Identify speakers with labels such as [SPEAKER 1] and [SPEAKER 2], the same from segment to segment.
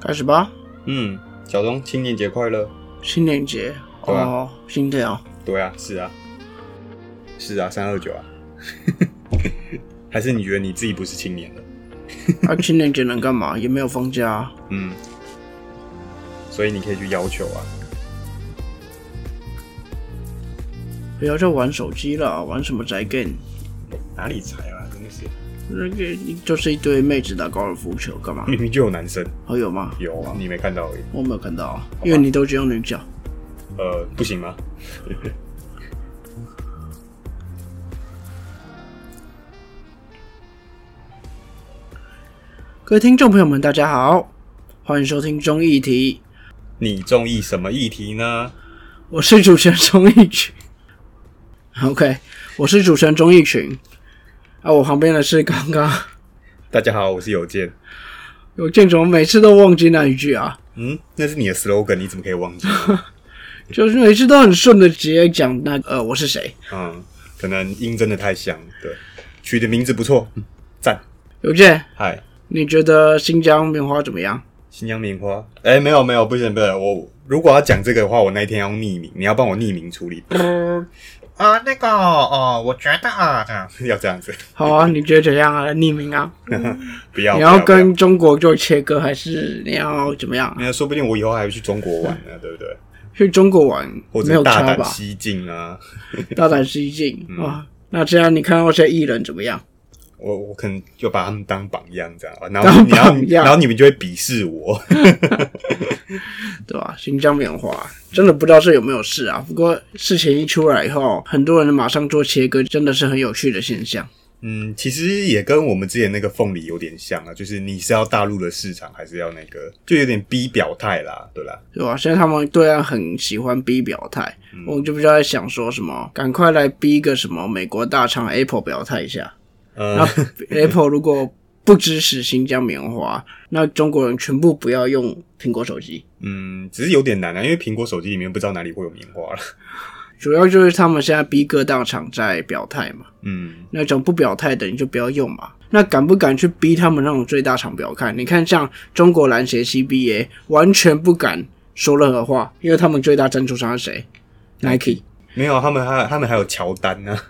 [SPEAKER 1] 开始吧，
[SPEAKER 2] 嗯，小东，青年节快乐。
[SPEAKER 1] 新年节
[SPEAKER 2] 对啊
[SPEAKER 1] 哦，新的哦，
[SPEAKER 2] 对啊，是啊，是啊，三二九啊。 还是你觉得你自己不是青年的？
[SPEAKER 1] 那、青啊年节能干嘛？也没有放假、啊，
[SPEAKER 2] 嗯，所以你可以去要求啊。
[SPEAKER 1] 不要再玩手机了，啊玩什么宅 game？
[SPEAKER 2] 哪里才啊？真的是，
[SPEAKER 1] 那个就是一堆妹子打高尔夫球干嘛？
[SPEAKER 2] 明明就有男生，
[SPEAKER 1] 还有吗？
[SPEAKER 2] 有啊，你没看到而已。
[SPEAKER 1] 我没有看到啊，因为你都只用女角。
[SPEAKER 2] 呃，不行吗？
[SPEAKER 1] 各位听众朋友们，大家好，欢迎收听综艺题，
[SPEAKER 2] 你中意什么议题呢？
[SPEAKER 1] 我是主持人钟义群。OK，我是主持人钟义群。啊，我旁边的是刚刚
[SPEAKER 2] 大家好，我是有健。
[SPEAKER 1] 有建总，每次都忘记那一句啊，
[SPEAKER 2] 嗯，那是你的 slogan，你怎么可以忘 记？
[SPEAKER 1] 就是每次都很顺的直接讲那呃我是谁。
[SPEAKER 2] 嗯，可能音真的太像了。对，取的名字不错，嗯赞。
[SPEAKER 1] 有建，
[SPEAKER 2] 嗨，
[SPEAKER 1] 你觉得新疆棉花怎么样？
[SPEAKER 2] 新疆棉花。哎、没有没有，不行不行，我如果要讲这个的话，我那一天要匿名，你要帮我匿名处理，
[SPEAKER 3] 啊、那个哦，我觉得啊，这样
[SPEAKER 2] 要这样子，
[SPEAKER 1] 好啊，你觉得怎样啊？匿名啊？
[SPEAKER 2] 不要。
[SPEAKER 1] 你
[SPEAKER 2] 不
[SPEAKER 1] 要
[SPEAKER 2] 不
[SPEAKER 1] 跟中国做切割，还是你要怎么样啊？
[SPEAKER 2] 那说不定我以后还会去中国玩呢，对不对？
[SPEAKER 1] 去中国玩
[SPEAKER 2] 或
[SPEAKER 1] 没有
[SPEAKER 2] 者大
[SPEAKER 1] 差
[SPEAKER 2] 胆
[SPEAKER 1] 吧？
[SPEAKER 2] 西进啊，
[SPEAKER 1] 大胆西进啊！那这样你看到那些艺人怎么样？
[SPEAKER 2] 我我可能就把他们当榜样这样，啊然后
[SPEAKER 1] 当
[SPEAKER 2] 你要
[SPEAKER 1] 榜样
[SPEAKER 2] 然后你们就会鄙视我。
[SPEAKER 1] 对吧、新疆棉花真的不知道这有没有事啊？不过事情一出来以后，很多人马上做切割，真的是很有趣的现象。
[SPEAKER 2] 嗯，其实也跟我们之前那个凤梨有点像啊，就是你是要大陆的市场，还是要那个，就有点逼表态啦，对啦，
[SPEAKER 1] 对吧、现在他们对岸很喜欢逼表态，我就不知道在想说什么，赶快来逼一个什么美国大厂 Apple 表态一下。那
[SPEAKER 2] 嗯，
[SPEAKER 1] Apple 如果不支持新疆棉花，那中国人全部不要用苹果手机。
[SPEAKER 2] 嗯，只是有点难啊，因为苹果手机里面不知道哪里会有棉花 了。
[SPEAKER 1] 主要就是他们现在逼各大厂在表态嘛，
[SPEAKER 2] 嗯，
[SPEAKER 1] 那种不表态的你就不要用嘛。那敢不敢去逼他们那种最大厂表态？你看像中国篮协 CBA 完全不敢说任何话，因为他们最大赞助商是谁？Nike。
[SPEAKER 2] 没有，啊他们还他们还有乔丹呢、啊。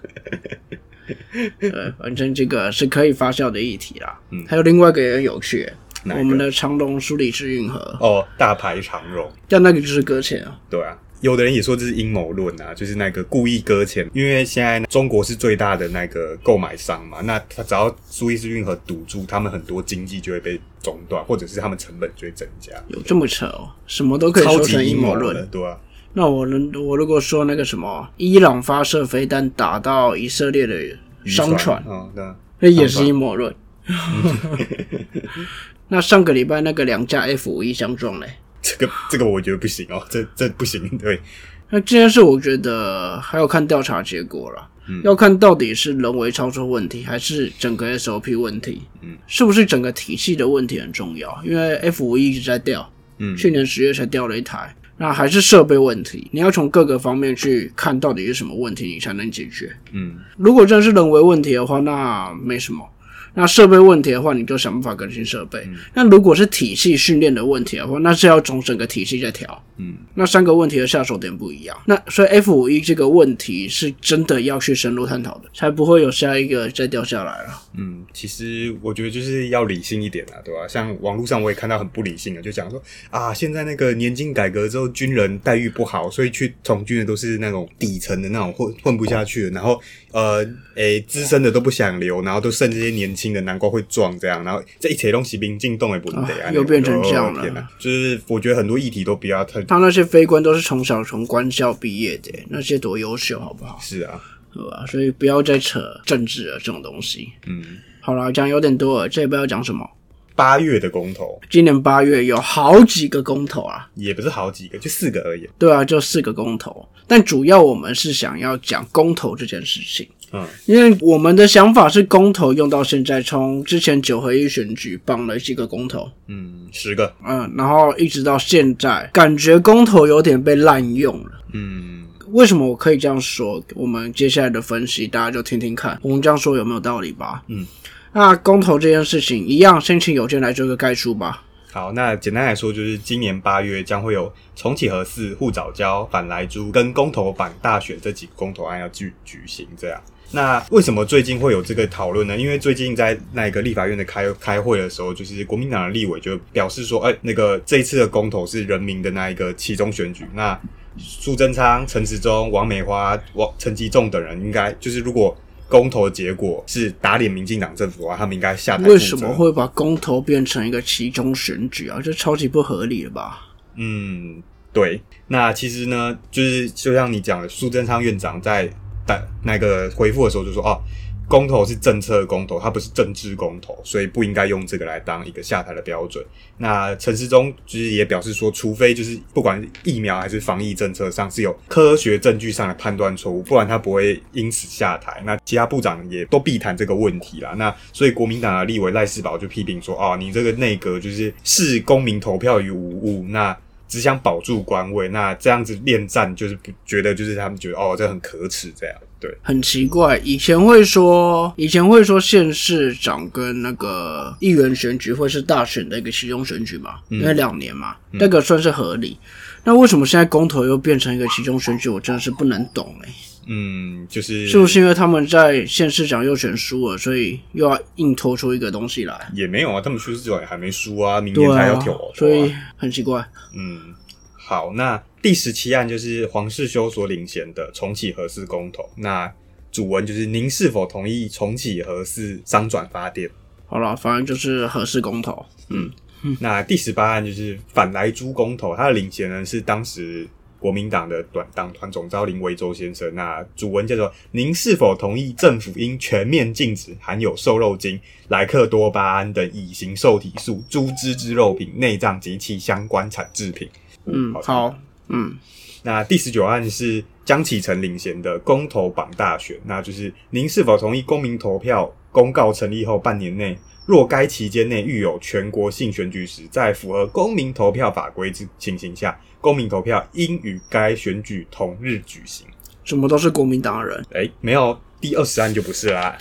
[SPEAKER 1] 呃，反正这个是可以发酵的议题啦。
[SPEAKER 2] 嗯
[SPEAKER 1] 还有另外一个也很有趣，
[SPEAKER 2] 哪一个
[SPEAKER 1] 我们的长隆苏黎世运河，
[SPEAKER 2] 哦，大牌长荣，
[SPEAKER 1] 但那个就是搁浅啊。
[SPEAKER 2] 对啊。有的人也说这是阴谋论啊，就是那个故意搁浅，因为现在中国是最大的那个购买商嘛，那他只要苏伊士运河堵住，他们很多经济就会被中断，或者是他们成本就会增加，
[SPEAKER 1] 有这么扯哦？什么都可以
[SPEAKER 2] 超
[SPEAKER 1] 说
[SPEAKER 2] 级
[SPEAKER 1] 成阴谋
[SPEAKER 2] 的
[SPEAKER 1] 论。
[SPEAKER 2] 对啊，
[SPEAKER 1] 那我能，我如果说那个什么，伊朗发射飞弹打到以色列的
[SPEAKER 2] 渔
[SPEAKER 1] 商
[SPEAKER 2] 船
[SPEAKER 1] 船，，
[SPEAKER 2] 嗯，对啊，
[SPEAKER 1] 那也是阴谋论。 那上个礼拜那个两架 F 五一相撞嘞，
[SPEAKER 2] 这个这个我觉得不行哦，这这不行，对，
[SPEAKER 1] 那这件事，我觉得还要看调查结果了，
[SPEAKER 2] 嗯
[SPEAKER 1] 要看到底是人为操作问题，还是整个 SOP 问题，
[SPEAKER 2] 嗯，
[SPEAKER 1] 是不是整个体系的问题很重要？因为 F 五一直在掉，
[SPEAKER 2] 嗯，
[SPEAKER 1] 去年十月才掉了一台，那还是设备问题，你要从各个方面去看到底是什么问题，你才能解决。
[SPEAKER 2] 嗯
[SPEAKER 1] 如果真的是人为问题的话，那没什么。那设备问题的话，你就想办法更新设备。
[SPEAKER 2] 嗯
[SPEAKER 1] 那如果是体系训练的问题的话，那是要从整个体系在调。
[SPEAKER 2] 嗯，
[SPEAKER 1] 那三个问题的下手点不一样。那所以 F 五一这个问题是真的要去深入探讨的，才不会有下一个再掉下来了。
[SPEAKER 2] 嗯，其实我觉得就是要理性一点啊，对吧、像网络上我也看到很不理性的，就讲说啊，现在那个年金改革之后，军人待遇不好，所以去从军的都是那种底层的那种混混不下去的，然后呃，诶，资深的都不想留，然后都剩这些年轻的，难怪会撞这样，然后这一切东西民进动也不得
[SPEAKER 1] 啊
[SPEAKER 2] 啊，
[SPEAKER 1] 又变成这样了啊
[SPEAKER 2] 天哪就是我觉得很多议题都不要太
[SPEAKER 1] 他那些非官都是从小从官校毕业的，那些多优秀，好不好？
[SPEAKER 2] 是啊，
[SPEAKER 1] 对吧？所以不要再扯政治了这种东西。
[SPEAKER 2] 嗯，
[SPEAKER 1] 好了，讲有点多了，这也不知道讲什么。
[SPEAKER 2] 八月的公投
[SPEAKER 1] 今年八月有好几个公投啊，
[SPEAKER 2] 也不是好几个，就四个而已，
[SPEAKER 1] 对啊，就四个公投，但主要我们是想要讲公投这件事情。
[SPEAKER 2] 嗯，
[SPEAKER 1] 因为我们的想法是公投用到现在，从之前九合一选举绑了几个公投，
[SPEAKER 2] 嗯，十个，
[SPEAKER 1] 嗯，然后一直到现在，感觉公投有点被滥用了。
[SPEAKER 2] 嗯。
[SPEAKER 1] 为什么我可以这样说？我们接下来的分析，大家就听听看，我们这样说有没有道理吧？
[SPEAKER 2] 嗯，
[SPEAKER 1] 那公投这件事情一样，先请邮件来做个概述吧。
[SPEAKER 2] 好，那简单来说，就是今年八月将会有重启核四、护早礁、反莱猪跟公投版大选这几个公投案要举举行这样。那为什么最近会有这个讨论呢？因为最近在那个立法院的开开会的时候，就是国民党的立委就表示说，哎、那个这一次的公投是人民的那一个其中选举，那苏贞昌、陈时中、王美花、王陈吉仲等人应该就是如果。公投结果是打脸民进党政府的话，他们应该下台负责。
[SPEAKER 1] 为什么会把公投变成一个其中选举啊？这超级不合理了吧？
[SPEAKER 2] 嗯，对。那其实呢，就是就像你讲的，苏贞昌院长在打那个回复的时候就说：“哦，公投是政策公投，它不是政治公投，所以不应该用这个来当一个下台的标准。”那陈时中就是也表示说，除非就是不管是疫苗还是防疫政策上是有科学证据上的判断错误，不然他不会因此下台。那其他部长也都避谈这个问题啦。那所以国民党的立委赖世宝就批评说：“哦，你这个内阁就是视公民投票于无物。”那只想保住官位，那这样子恋战就是不觉得就是他们觉得哦，这很可耻这样。对，
[SPEAKER 1] 很奇怪，以前会说，以前会说县市长跟那个议员选举会是大选的一个其中选举嘛，
[SPEAKER 2] 嗯
[SPEAKER 1] 因为两年嘛，那个算是合理。那为什么现在公投又变成一个其中选举？我真的是不能懂哎、
[SPEAKER 2] 嗯，就是
[SPEAKER 1] 是不是因为他们在县市长又选输了，所以又要硬拖出一个东西来？
[SPEAKER 2] 也没有啊？他们趋势也还没输啊，明
[SPEAKER 1] 对
[SPEAKER 2] 年才要
[SPEAKER 1] 啊
[SPEAKER 2] 挑头、啊，
[SPEAKER 1] 所以很奇怪。
[SPEAKER 2] 嗯，好，那第十七案就是黄世修所领衔的重启核四公投，那主文就是您是否同意重启核四商转发电？
[SPEAKER 1] 好了，反正就是合适公投。
[SPEAKER 2] 那第十八案就是反莱猪公投，它的领衔人是当时国民党的短党团总召林维洲先生。那主文叫做“您是否同意政府应全面禁止含有瘦肉精、莱克多巴胺等乙型受体素、猪脂之肉品、内脏及其相关产制品”。
[SPEAKER 1] 嗯，好，嗯，
[SPEAKER 2] 那第十九案是江启臣领衔的公投榜大选，那就是您是否同意公民投票公告成立后半年内，若该期间内遇有全国性选举时，在符合公民投票法规之情形下，公民投票应与该选举同日举行。
[SPEAKER 1] 怎么都是国民党的人，
[SPEAKER 2] 哎，没有第二十案就不是啦。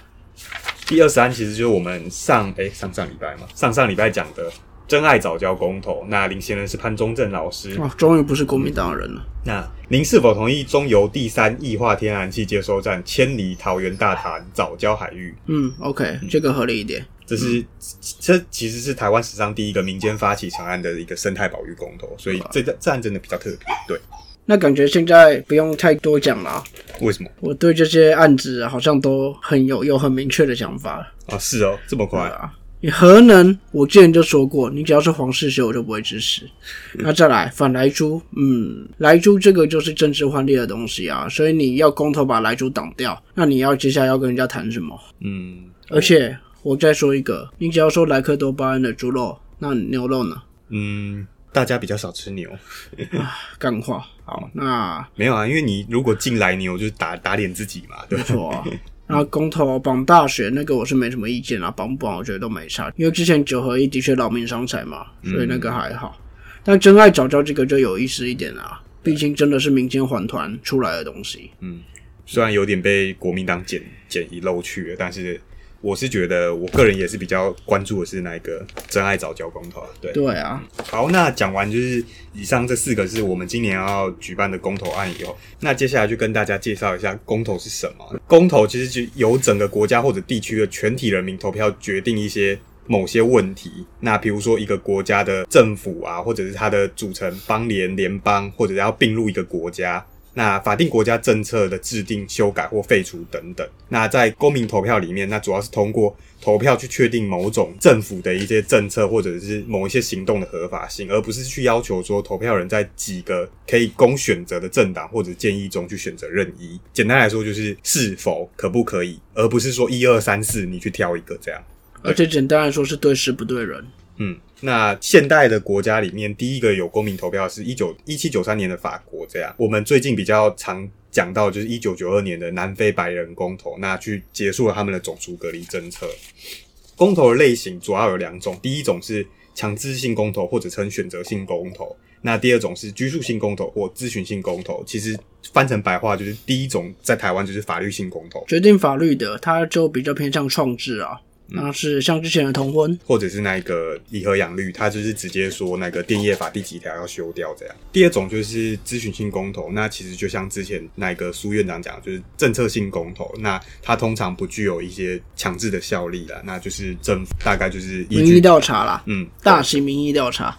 [SPEAKER 2] 第二十案其实就是我们上哎上上礼拜嘛，上上礼拜讲的真爱早教公投，那领衔人是潘忠正老师。
[SPEAKER 1] 哦，终于不是国民党的人了。
[SPEAKER 2] 那您是否同意中油第三液化天然气接收站迁离桃园大潭早礁海域？
[SPEAKER 1] 嗯，OK，这个合理一点。
[SPEAKER 2] 这
[SPEAKER 1] 嗯
[SPEAKER 2] 是、这其实是台湾史上第一个民间发起长案的一个生态保育公投，所以这这案真的比较特别。对，
[SPEAKER 1] 那感觉现在不用太多讲了啊，
[SPEAKER 2] 为什么
[SPEAKER 1] 我对这些案子好像都很有有很明确的想法了。
[SPEAKER 2] 啊？是哦，这么快
[SPEAKER 1] 对啊，你核能，我之前就说过，你只要是黄世修，我就不会支持。那再来反莱猪，嗯，莱猪这个就是政治换力的东西啊，所以你要公投把莱猪挡掉，那你要接下来要跟人家谈什么？
[SPEAKER 2] 嗯
[SPEAKER 1] 而且我再说一个，你只要说莱克多巴胺的猪肉，那牛肉呢？
[SPEAKER 2] 嗯，大家比较少吃牛，
[SPEAKER 1] 干话。好，那
[SPEAKER 2] 没有啊？因为你如果进来牛，就是打打脸自己嘛，对
[SPEAKER 1] 没。错 啊。然后公投绑大学那个我是没什么意见啊，绑不绑我觉得都没差，因为之前九合一的确劳民伤财嘛，
[SPEAKER 2] 嗯
[SPEAKER 1] 所以那个还好。但真爱早教这个就有意思一点啦、毕竟真的是民间环团出来的东西。
[SPEAKER 2] 虽然有点被国民党捡捡遗漏去了，但是我是觉得我个人也是比较关注的是那个真爱早教公投。对，
[SPEAKER 1] 对啊，
[SPEAKER 2] 好，那讲完就是以上这四个是我们今年要举办的公投案以后，那接下来就跟大家介绍一下公投是什么。公投其实就由整个国家或者地区的全体人民投票决定一些。某些问题，那比如说一个国家的政府啊，或者是它的组成邦联、联邦，或者要并入一个国家，那法定国家政策的制定、修改或废除等等。那在公民投票里面，那主要是通过投票去确定某种政府的一些政策或者是某一些行动的合法性，而不是去要求说投票人在几个可以供选择的政党或者建议中去选择任一。简单来说，就是是否、可不可以，而不是说一二三四你去挑一个这样。
[SPEAKER 1] 而且简单来说是对事不对人。
[SPEAKER 2] 嗯，那现代的国家里面，第一个有公民投票是一九一七九三年的法国，这样。我们最近比较常讲到就是一九九二年的南非白人公投，那去结束了他们的种族隔离政策。公投的类型主要有两种，第一种是强制性公投，或者称选择性公投；那第二种是拘束性公投或咨询性公投。其实翻成白话就是第一种在台湾就是法律性公投，
[SPEAKER 1] 决定法律的，它就比较偏向创制啊，
[SPEAKER 2] 嗯
[SPEAKER 1] 然后是像之前的同婚，
[SPEAKER 2] 或者是那一个以和养绿，他就是直接说那个电业法第几条要修掉这样。第二种就是咨询性公投，那其实就像之前那个苏院长讲的，就是政策性公投，那它通常不具有一些强制的效力啦，那就是政府大概就是依
[SPEAKER 1] 民意
[SPEAKER 2] 据
[SPEAKER 1] 调查啦，
[SPEAKER 2] 嗯
[SPEAKER 1] 大型民意调查，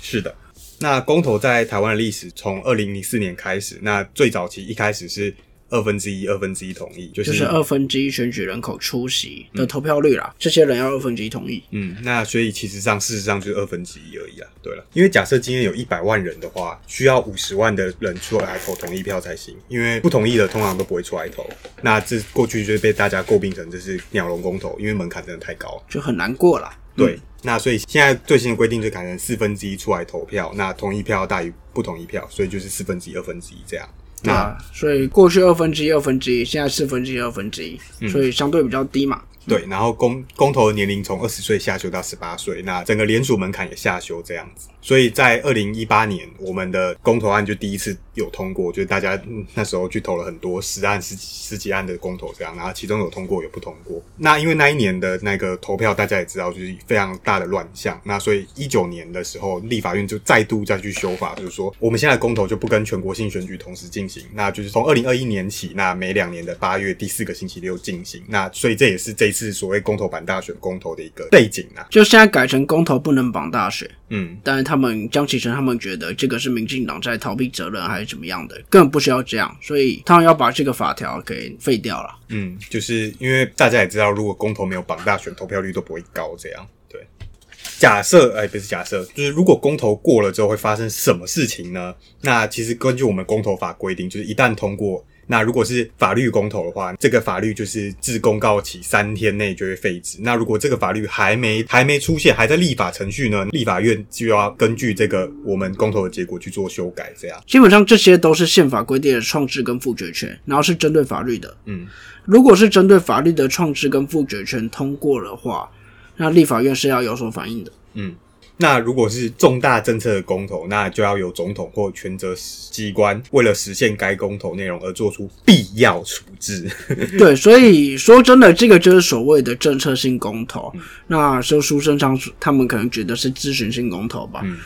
[SPEAKER 2] 是的。那公投在台湾的历史从二零零四年开始，那最早期一开始是二分之一、二分之一同意，就是
[SPEAKER 1] 就是二分之一选举人口出席的投票率啦，这些人要二分之一同意。
[SPEAKER 2] 嗯，那所以其实上事实上就是二分之一而已啊。对了，因为假设今天有一百万人的话，需要五十万的人出来投同意票才行，因为不同意的通常都不会出来投。那这过去就被大家诟病成这是鸟笼公投，因为门槛真的太高。
[SPEAKER 1] 就很难过啦。
[SPEAKER 2] 对，那所以现在最新的规定就改成四分之一出来投票，那同意票大于不同意票，所以就是四分之一、二分之一这样。
[SPEAKER 1] 对
[SPEAKER 2] 那
[SPEAKER 1] 啊，所以过去二分之一、二分之一，现在四分之一、二分之一，所以相对比较低嘛。
[SPEAKER 2] 对，然后公公投的年龄从二十岁下修到十八岁，那整个联署门槛也下修这样子。所以在二零一八年，我们的公投案就第一次有通过，就是大家、嗯那时候去投了很多十案、十几十几案的公投这样，然后其中有通过，有不通过。那因为那一年的那个投票，大家也知道就是非常大的乱象，那所以一九年的时候，立法院就再度再去修法，就是说我们现在的公投就不跟全国性选举同时进行，那就是从二零二一年起，那每两年的八月第四个星期六进行。那所以这也是这一次所谓公投版大选公投的一个背景啊。
[SPEAKER 1] 就现在改成公投不能绑大选，
[SPEAKER 2] 嗯，
[SPEAKER 1] 但是他们江启臣他们觉得这个是民进党在逃避责任还是怎么样的，根本不需要这样，所以他们要把这个法条给废掉了。
[SPEAKER 2] 嗯，就是因为大家也知道，如果公投没有绑大选，投票率都不会高。这样，对。假设，哎、不是假设，就是如果公投过了之后会发生什么事情呢？那其实根据我们公投法规定，就是一旦通过，那如果是法律公投的话，这个法律就是自公告起三天内就会废止。那如果这个法律还没还没出现，还在立法程序呢，立法院就要根据这个我们公投的结果去做修改。这样，
[SPEAKER 1] 基本上这些都是宪法规定的创制跟复决权，然后是针对法律的。
[SPEAKER 2] 嗯，
[SPEAKER 1] 如果是针对法律的创制跟复决权通过的话，那立法院是要有所反应的。
[SPEAKER 2] 那如果是重大政策的公投，那就要由总统或权责机关为了实现该公投内容而做出必要处置。
[SPEAKER 1] 对，所以说真的，这个就是所谓的政策性公投。
[SPEAKER 2] 嗯
[SPEAKER 1] 那就书生上他们可能觉得是咨询性公投吧。
[SPEAKER 2] 嗯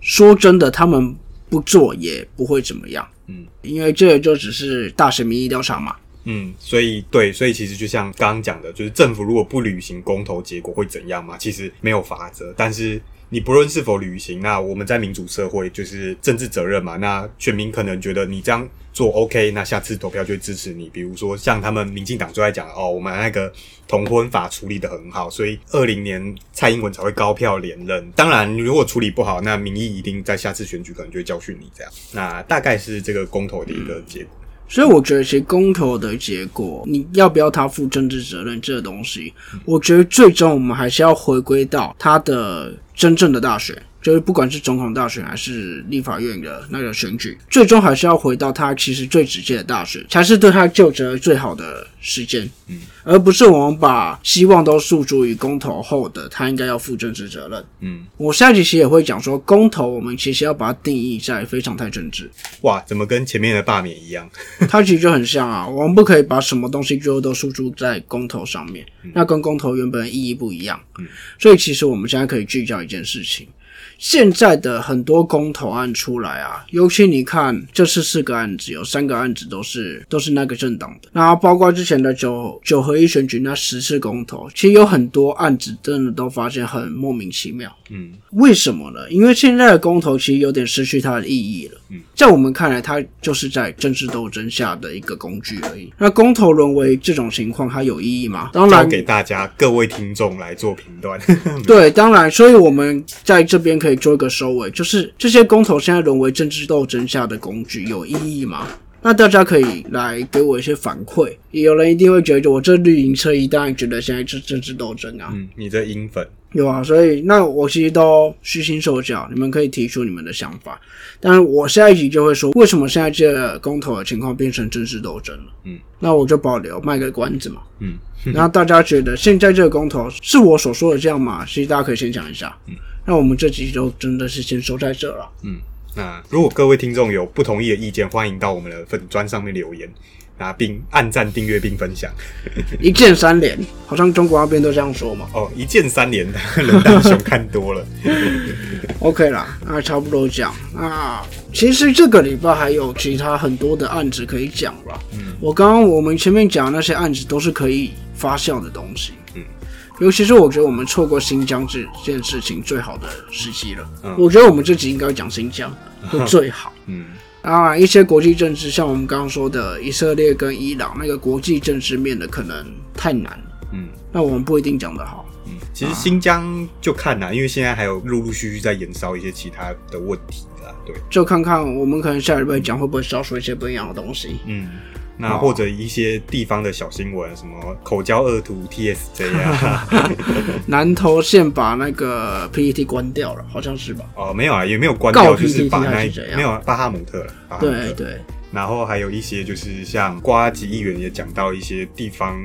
[SPEAKER 1] 说真的，他们不做也不会怎么样。
[SPEAKER 2] 嗯，
[SPEAKER 1] 因为这就只是大型民意调查嘛。
[SPEAKER 2] 嗯，所以对，所以其实就像刚刚讲的，就是政府如果不履行公投，结果会怎样嘛？其实没有法则，但是你不论是否履行，那我们在民主社会就是政治责任嘛。那选民可能觉得你这样做 OK，那下次投票就会支持你。比如说像他们民进党就在讲哦，我们那个同婚法处理的很好，所以二零年蔡英文才会高票连任。当然，如果处理不好，那民意一定在下次选举可能就会教训你这样。那大概是这个公投的一个结果。
[SPEAKER 1] 所以我觉得，其实公投的结果，你要不要他负政治责任这个东西，我觉得最终我们还是要回归到他的真正的大选，就是不管是总统大选还是立法院的那个选举，最终还是要回到他其实最直接的大选，才是对他就职最好的时间，嗯，而不是我们把希望都诉诸于公投后的他应该要负政治责任。
[SPEAKER 2] 嗯，
[SPEAKER 1] 我下一集其实也会讲说，公投我们其实要把它定义在非常态政治。
[SPEAKER 2] 哇，怎么跟前面的罢免一样？
[SPEAKER 1] 它其实就很像啊，我们不可以把什么东西最后都输出在公投上面，那跟公投原本的意义不一样。所以其实我们现在可以聚焦一件事情，现在的很多公投案出来啊，尤其你看这次四个案子，有三个案子都是都是那个政党的，那包括之前的九九合一选举那十次公投，其实有很多案子真的都发现很莫名其妙。
[SPEAKER 2] 嗯
[SPEAKER 1] 为什么呢？因为现在的公投其实有点失去它的意义了。
[SPEAKER 2] 嗯，
[SPEAKER 1] 在我们看来，它就是在政治斗争下的一个工具而已。那公投沦为这种情况，它有意义吗？当
[SPEAKER 2] 交
[SPEAKER 1] 然，
[SPEAKER 2] 给大家各位听众来做评断。
[SPEAKER 1] 对，当然。所以我们在这边可以做一个收尾，就是这些公投现在沦为政治斗争下的工具，有意义吗？那大家可以来给我一些反馈。有人一定会觉得我这绿营车一，当然觉得现在是政治斗争啊。
[SPEAKER 2] 嗯，你这英粉，
[SPEAKER 1] 有啊，所以那我其实都虚心受教，你们可以提出你们的想法。但是我下一集就会说，为什么现在这个公投的情况变成政治斗争了？
[SPEAKER 2] 嗯，
[SPEAKER 1] 那我就保留卖个关子嘛。
[SPEAKER 2] 嗯，
[SPEAKER 1] 然后大家觉得现在这个公投是我所说的这样吗？其实大家可以先想一下。嗯，那我们这集就真的是先收在这了。
[SPEAKER 2] 那如果各位听众有不同意的意见，欢迎到我们的粉砖上面留言。拿兵按赞、订阅并分享。
[SPEAKER 1] 一键三连，好像中国那边都这样说嘛。
[SPEAKER 2] 哦，一键三连， 冷淡熊看多了。
[SPEAKER 1] OK 啦，那差不多讲。那其实这个礼拜还有其他很多的案子可以讲啦。
[SPEAKER 2] 嗯
[SPEAKER 1] 我刚刚我们前面讲的那些案子都是可以发酵的东西。
[SPEAKER 2] 嗯，
[SPEAKER 1] 尤其是我觉得我们错过新疆这件事情最好的时机了。
[SPEAKER 2] 嗯
[SPEAKER 1] 我觉得我们这集应该讲新疆会最好。
[SPEAKER 2] 嗯
[SPEAKER 1] 当然，一些国际政治，像我们刚刚说的以色列跟伊朗那个国际政治面的，可能太难了。
[SPEAKER 2] 嗯
[SPEAKER 1] 那我们不一定讲得好。
[SPEAKER 2] 嗯，其实新疆就看啊啦、因为现在还有陆陆续续在延烧一些其他的问题啦。对，
[SPEAKER 1] 就看看我们可能下礼拜讲会不会少说一些不一样的东西。
[SPEAKER 2] 嗯，那或者一些地方的小新闻，什么口交恶徒 TSJ 啊，
[SPEAKER 1] 南投县把那个 PET 关掉了，好像是吧？
[SPEAKER 2] 哦，没有啊，也没有关掉，
[SPEAKER 1] 告
[SPEAKER 2] 就
[SPEAKER 1] PTT
[SPEAKER 2] 是把那
[SPEAKER 1] 还是
[SPEAKER 2] 一
[SPEAKER 1] 怎样
[SPEAKER 2] 没有啊巴哈姆特了，巴哈姆特
[SPEAKER 1] 对对，
[SPEAKER 2] 然后还有一些就是像瓜吉议员也讲到一些地方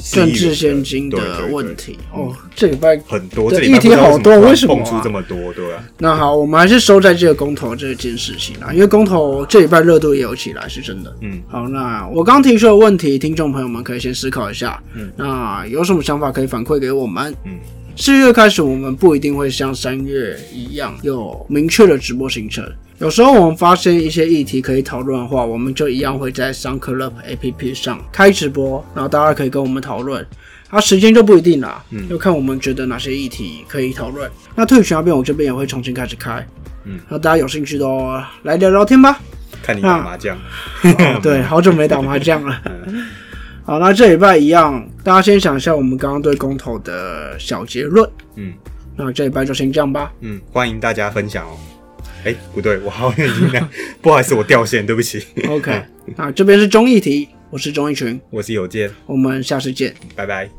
[SPEAKER 2] 市
[SPEAKER 1] 政
[SPEAKER 2] 议员的
[SPEAKER 1] 治现金
[SPEAKER 2] 对对
[SPEAKER 1] 的
[SPEAKER 2] 对嗯
[SPEAKER 1] 问题哦，这礼拜
[SPEAKER 2] 很多，
[SPEAKER 1] 对
[SPEAKER 2] 这里面
[SPEAKER 1] 议题好多为什么啊
[SPEAKER 2] 蹦出这么多？对吧、
[SPEAKER 1] 那好，我们还是收在这个公投这件事情啦，因为公投这礼拜热度也有起来，是真的。
[SPEAKER 2] 嗯，
[SPEAKER 1] 好，那我刚提出的问题，听众朋友们可以先思考一下。
[SPEAKER 2] 嗯，
[SPEAKER 1] 那有什么想法可以反馈给我们？
[SPEAKER 2] 嗯，
[SPEAKER 1] 四月开始，我们不一定会像三月一样有明确的直播行程。有时候我们发现一些议题可以讨论的话，我们就一样会在 Sun Club APP 上开直播，然后大家可以跟我们讨论。啊，时间就不一定啦，
[SPEAKER 2] 嗯
[SPEAKER 1] 要看我们觉得哪些议题可以讨论。那退群那边我这边也会重新开始开，
[SPEAKER 2] 嗯，
[SPEAKER 1] 那大家有兴趣的哦，来聊聊天 吧。
[SPEAKER 2] 看你打麻将，
[SPEAKER 1] 哦
[SPEAKER 2] 嗯
[SPEAKER 1] 对，好久没打麻将 了。好，那这礼拜一样，大家先想一下我们刚刚对公投的小结论。
[SPEAKER 2] 嗯
[SPEAKER 1] 那这礼拜就先这样吧。
[SPEAKER 2] 嗯，欢迎大家分享哦。哎，不对，我好像已经那， 不好意思，我掉线，对不起。
[SPEAKER 1] OK，那这边是综艺题，我是综艺群，
[SPEAKER 2] 我是有健，
[SPEAKER 1] 我们下次见。
[SPEAKER 2] 拜拜。